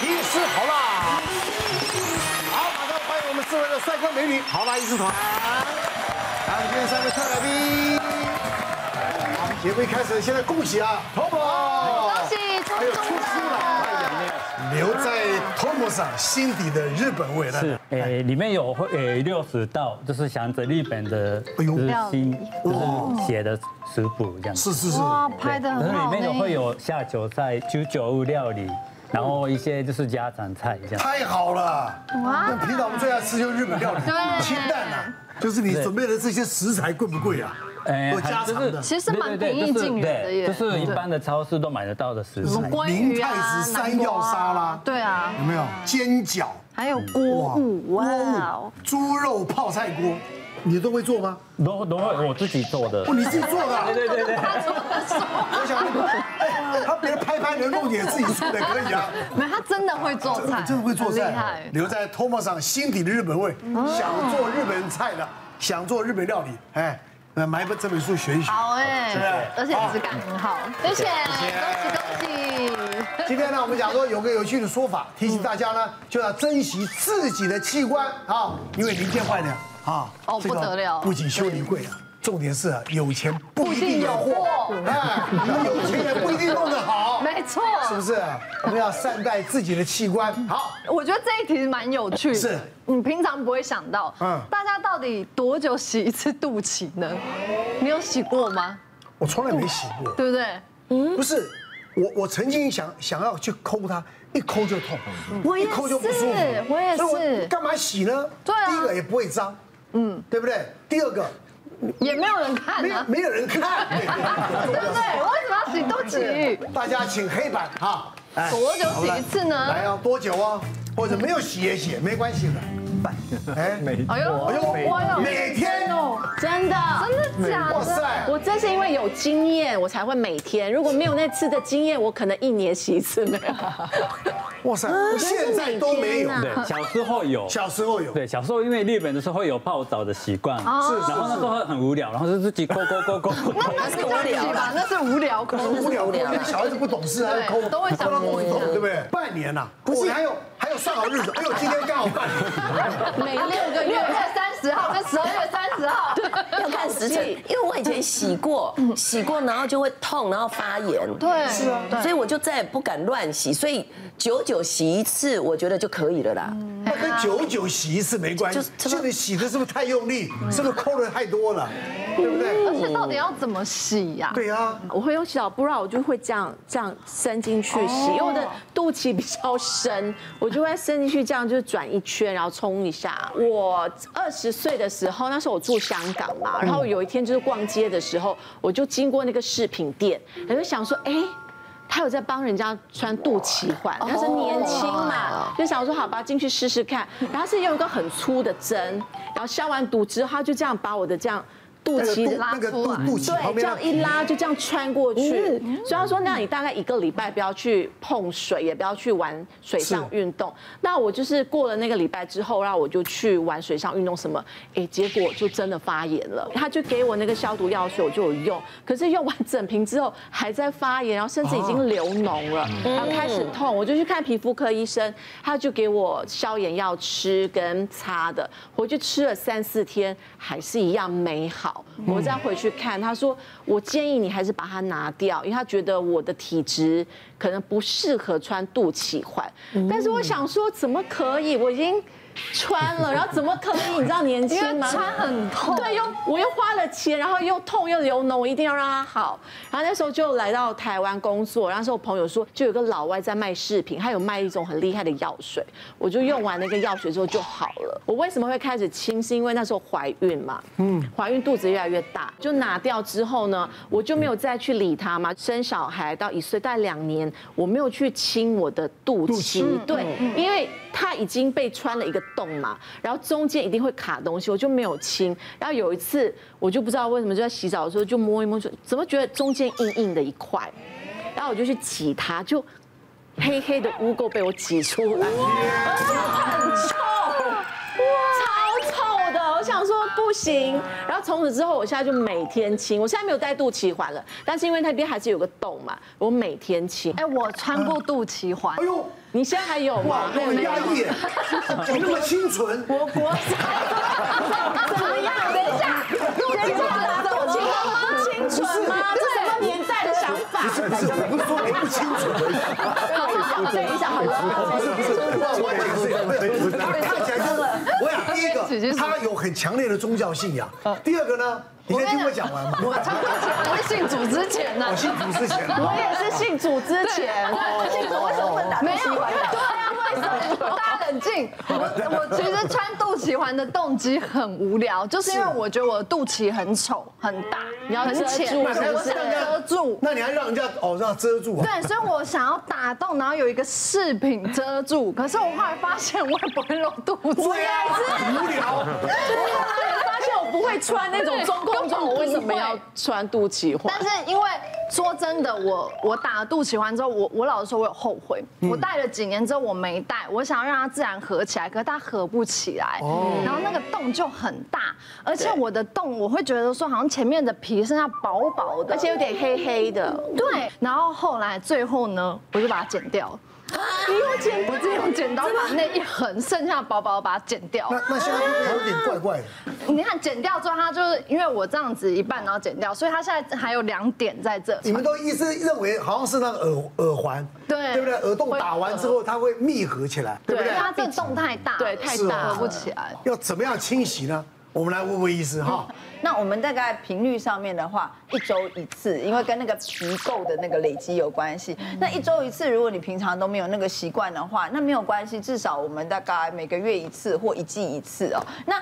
医师好啦！好，马上欢迎我们四位的帅哥美女好啦医师团。来，我们今天三位特来宾。好，我们节目一开始，现在恭喜啊，头婆！恭喜出还有出书书了，了！哎呀，留在 Tom 上心底的日本味了。是，诶、哎里面有会诶六十道，就是想着日本的哎呦之心，就是写的食谱这样子。是是是，哇，拍的可是很里好面有会呢。有下酒菜、居酒屋料理，然后一些就是家常菜这样。太好了！哇那平常我们最爱吃就是日本料理，对清淡啊。就是你准备的这些食材贵不贵啊？诶有家常的其实蛮对对对平易近人的耶就是对就是一般的超市都买得到的食什材么。鲑鱼明太啊，子南山药瓜啊沙拉对啊，有没有煎饺、还有锅物，哇哦，猪肉泡菜锅，你都会做吗？都都会我自己做的哦，。你自己做的啊？对对对对，我想问，哎，他别人拍拍人弄点自己做的也可以啊。没有，他真的会做菜，真的会做很厉菜啊害，。嗯留在 Tom 上心底的日本味，想做日本菜的，想做日本料理，哎，那买本这本书学一学。好哎不是，而且质感很好，谢谢，恭喜恭喜！今天呢，我们讲说有个有趣的说法，提醒大家呢，就要珍惜自己的器官啊，因为零件坏了啊，哦这个不得了不仅修理贵啊，重点是啊，有钱不一定有货，哎，你有钱也不一定弄得好，没错，是不是？我们要善待自己的器官，好，我觉得这一题蛮有趣的，是你平常不会想到，嗯大家到底多久洗一次肚脐呢？你有洗过吗？我从来没洗过，对不对？不是。我我曾经想想要去抠它，一抠就痛，我也一抠就不舒服是，我也是所以我干嘛洗呢？对啊第一个也不会脏，嗯，对不对？第二个也没有人看没有啊，没有人看，对不对？为什么要洗肚脐？大家请黑板哈，哎多久洗一次呢来啊，多久啊？或者没有洗也洗，没关系的。哎，每哎呦，哎呦我有每天哦，真的，真的假哇的？塞，我真是因为有经验，我才会每天。如果没有那次的经验，我可能一年洗一次没有。哇塞，现在都没有真是每天，啊对，小时候有。小时候有，对，小时候因为日本的时候会有泡澡的习惯，是然后那时候很无聊，然后就自己勾勾勾勾。哦那是无聊吧？那是无聊控很无聊，因为小孩子不懂事啊，对抠都会想抠到摸一下头对不对？半年呐，不是还有还有算好日子，哎呦，今天刚好半年，每六个啊六月月三十号跟十二月三十号， 要看时 辰，因为我以前洗过，嗯洗过然后就会痛，然后发炎。对，是啊，所以我就再也不敢乱洗，所以久久洗一次，我觉得就可以了啦。嗯那跟久久洗一次没关系就。这个现在洗的是不是太用力？是不是抠的太多了？对不对？而且到底要怎么洗呀？对啊，我会用小布拉，我就会这样这样伸进去洗，因为我的肚脐比较深，我就会伸进去这样就是转一圈，然后冲一下。我二十岁的时候，那时候我住香港嘛，然后有一天就是逛街的时候，我就经过那个饰品店，我就想说，哎。他有在帮人家穿肚脐环，他是年轻嘛，就想说好吧，进去试试看。然后是用一个很粗的针，然后消完毒之后，他就这样把我的这样肚那个脐肚拉那个出肚来肚脐旁对，这边那嗯样一拉就这样穿过去。所以他说，那你大概一个礼拜不要去碰水，也不要去玩水上运动。那我就是过了那个礼拜之后，然后我就去玩水上运动什么，哎，结果就真的发炎了。他就给我那个消毒药水，我就有用，可是用完整瓶之后还在发炎，然后甚至已经流脓了，嗯然后开始痛，我就去看皮肤科医生，他就给我消炎药吃跟擦的，回去吃了三四天，还是一样没好。嗯我再回去看，他说我建议你还是把它拿掉，因为他觉得我的体质可能不适合穿肚脐环。嗯但是我想说，怎么可以？我已经穿了，然后怎么可以？你知道年因为轻吗？穿很痛，对，又我又花了钱，然后又痛又流脓，我一定要让它好。然后那时候就来到台湾工作，然后那时候我朋友说，就有个老外在卖饰品，他有卖一种很厉害的药水，我就用完那个药水之后就好了。我为什么会开始清？是因为那时候怀孕嘛，嗯，怀孕肚子越来越大，就拿掉之后呢，我就没有再去理它嘛。生小孩到一岁，大概两年，我没有去亲我的肚脐，嗯对，因为它已经被穿了一个洞嘛，然后中间一定会卡东西，我就没有亲。然后有一次，我就不知道为什么就在洗澡的时候就摸一摸，就怎么觉得中间硬硬的一块，然后我就去挤它，就黑黑的污垢被我挤出来，很臭，超臭的。我想说不行。然后从此之后，我现在就每天清，我现在没有戴肚脐环了，但是因为那边还是有个洞嘛，我每天清。哎，我穿过肚脐环哎，呦，你现在还有哇，吗？我还有很没有压？抑耶，你那么清纯，我国啊怎么样？等一下，等一下，肚脐那么不清什纯么？吗？这什么年代的想法？不是，我不是说你不清纯，等一下，好了，不是不是，我也不是，他看起来就是，我想第 姐一姐个，说他有很强烈的宗教信仰，第二个呢，你先哦听我讲完嘛，我穿过肚脐环是信主之前啊呢 我。信主之前，我也是信主之前，这个为什么不能打没有，对啊，为什么？大家 冷静。我我其实穿肚脐环的动机很无聊，就是因为我觉得我的肚脐很丑很大，你要很遮浅，住我是不想是遮住。那你还让人家哦让遮住啊？对，所以我想要打洞，然后有一个饰品遮住。可是我后来发现我也不会露肚子，我也无 聊，发现我不会穿那种中空装，我为什么要穿肚脐环但？是因为说真的，我我打了肚脐环之后，我我老实说，我有后悔。我戴了几年之后，我没戴，我想让它自然合起来，可是它合不起来。然后那个洞就很大，而且我的洞，我会觉得说好像前面的皮剩下薄薄的，而且有点黑黑的，对。然后后来最后呢，我就把它剪掉了。你用剪，我自己用剪刀把那一横剩下薄薄把它剪掉。那那现在有点怪怪的，你看剪掉之后，它就是因为我这样子一半，然后剪掉，所以它现在还有两点在这。你们都一直认为好像是那个耳耳环，对对不对？耳洞打完之后它会密合起来，对不对因为？它这洞太大了，对太是哦大合不了。起来。要怎么样清洗呢？我们来问问医师哈，那我们大概频率上面的话，一周一次，因为跟那个皮垢的那个累积有关系。嗯那一周一次，如果你平常都没有那个习惯的话，那没有关系，至少我们大概每个月一次或一季一次哦。那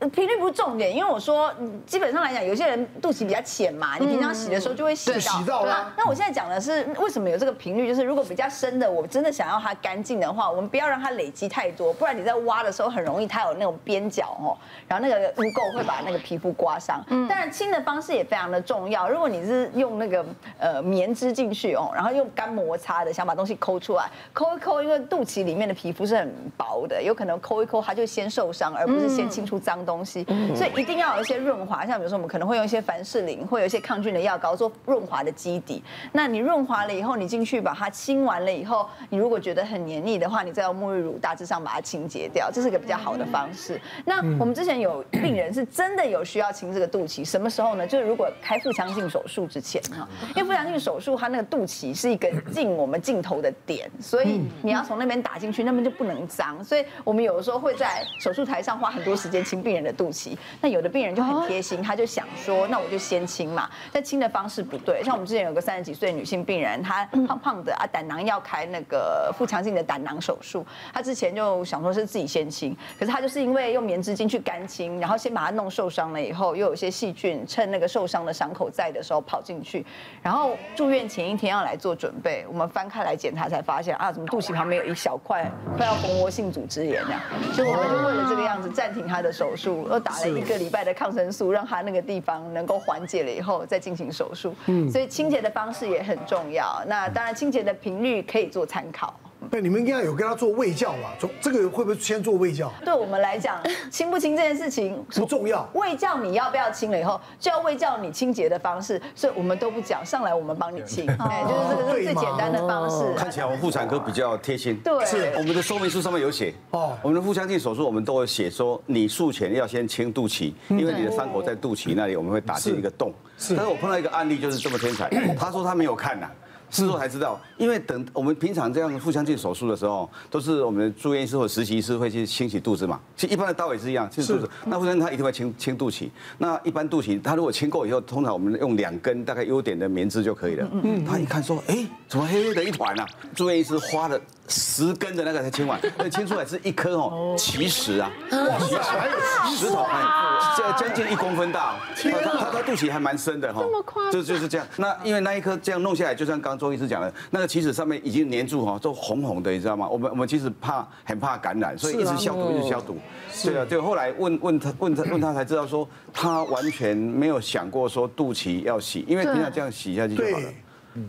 呃频率不是重点，因为我说嗯基本上来讲，有些人肚脐比较浅嘛，你平常洗的时候就会洗嗯到。对洗到啦那我现在讲的是为什么有这个频率，就是如果比较深的，我真的想要它干净的话，我们不要让它累积太多，不然你在挖的时候很容易它有那种边角哦，然后那个污垢会把那个皮肤刮伤。当然清的方式也非常的重要，如果你是用那个呃棉织进去哦，然后用干摩擦的想把东西抠出来，抠一抠，因为肚脐里面的皮肤是很薄的，有可能抠一抠它就先受伤，而不是先清除脏东西，所以一定要有一些润滑，像比如说我们可能会用一些凡士林，会有一些抗菌的药膏做润滑的基底。那你润滑了以后，你进去把它清完了以后，你如果觉得很黏腻的话，你再用沐浴乳大致上把它清洁掉，这是个比较好的方式。那我们之前有病人是真的有需要清这个肚脐，什么时候呢？就是如果开腹腔镜手术之前哈，因为腹腔镜手术它那个肚脐是一个进我们镜头的点，所以你要从那边打进去，那边就不能脏。所以我们有的时候会在手术台上花很多时间清病人的肚脐，那有的病人就很贴心，他就想说，那我就先清嘛，但清的方式不对。像我们之前有个三十几岁女性病人，她胖胖的啊，胆囊要开那个腹腔镜的胆囊手术，她之前就想说是自己先清，可是她就是因为用棉织巾去干清，然后先把它弄受伤了以后，又有一些细菌趁那个受伤的伤口在的时候跑进去，然后住院前一天要来做准备，我们翻开来检查才发现啊，怎么肚脐旁边有一小块快要蜂窝性组织炎那样，所以我们就为了这个样子暂停她的手术，又打了一个礼拜的抗生素，让她那个地方能够缓解了以后再进行手术。所以清洁的方式也很重要，那当然清洁的频率可以做参考。那你们应该有跟他做胃教吧？从这个会不会先做胃教？对我们来讲，清不清这件事情不重要喂教你要不要清了以后，就要喂教你清洁的方式，所以我们都不讲，上来我们帮你清，哎，就是这个是最简单的方式。哦看起来我们妇产科比较贴心，对是我们的说明书上面有写哦哦，我们的腹腔镜手术我们都有写说，你术前要先清肚脐，因为你的伤口在肚脐那里，我们会打进一个洞。是嗯但是我碰到一个案例就是这么天 才，他说他没有看呐、事后才知道，因为等我们平常这样腹腔镜手术的时候，都是我们住院医师或实习医师会去清洗肚子嘛。其实一般的刀也是一样，清洗肚子。那腹腔镜他一定会清清肚脐。那一般肚脐，他如果清够以后，通常我们用两根大概优点的棉枝就可以了。嗯，他一看说，哎，怎么黑黑的一团啊？住院医师花了十根的那个才清完，那清出来是一颗哦，奇石啊，奇石还有石头，哎，这将近一公分大哦，他他他肚脐还蛮深的哈，这么夸就就是这样。那因为那一颗这样弄下来，就像刚周医师讲的，那个棋子上面已经粘住哈，都红红的，你知道吗？我们我们其实怕很怕感染，所以一直消毒，一直消毒。对啊，对。后来问问他问他问他才知道说，他完全没有想过说肚脐要洗，因为平常这样洗一下去就好了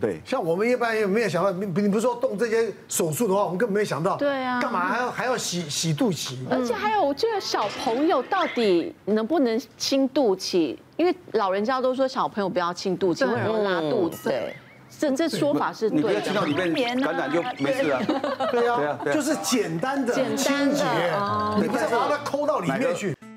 对。对，像我们一般也没有想到，你你不是说动这些手术的话，我们根本没有想到。对啊干嘛还要还要洗洗肚脐？而且还有，我觉得小朋友到底能不能亲肚脐？因为老人家都说小朋友不要亲肚脐，会容易拉肚子。对，这这说法是你不对要听到的。啊里面感染就没事了。对对啊啊，对啊就是简单的简单清的哦洁，你不要把它抠到里面去。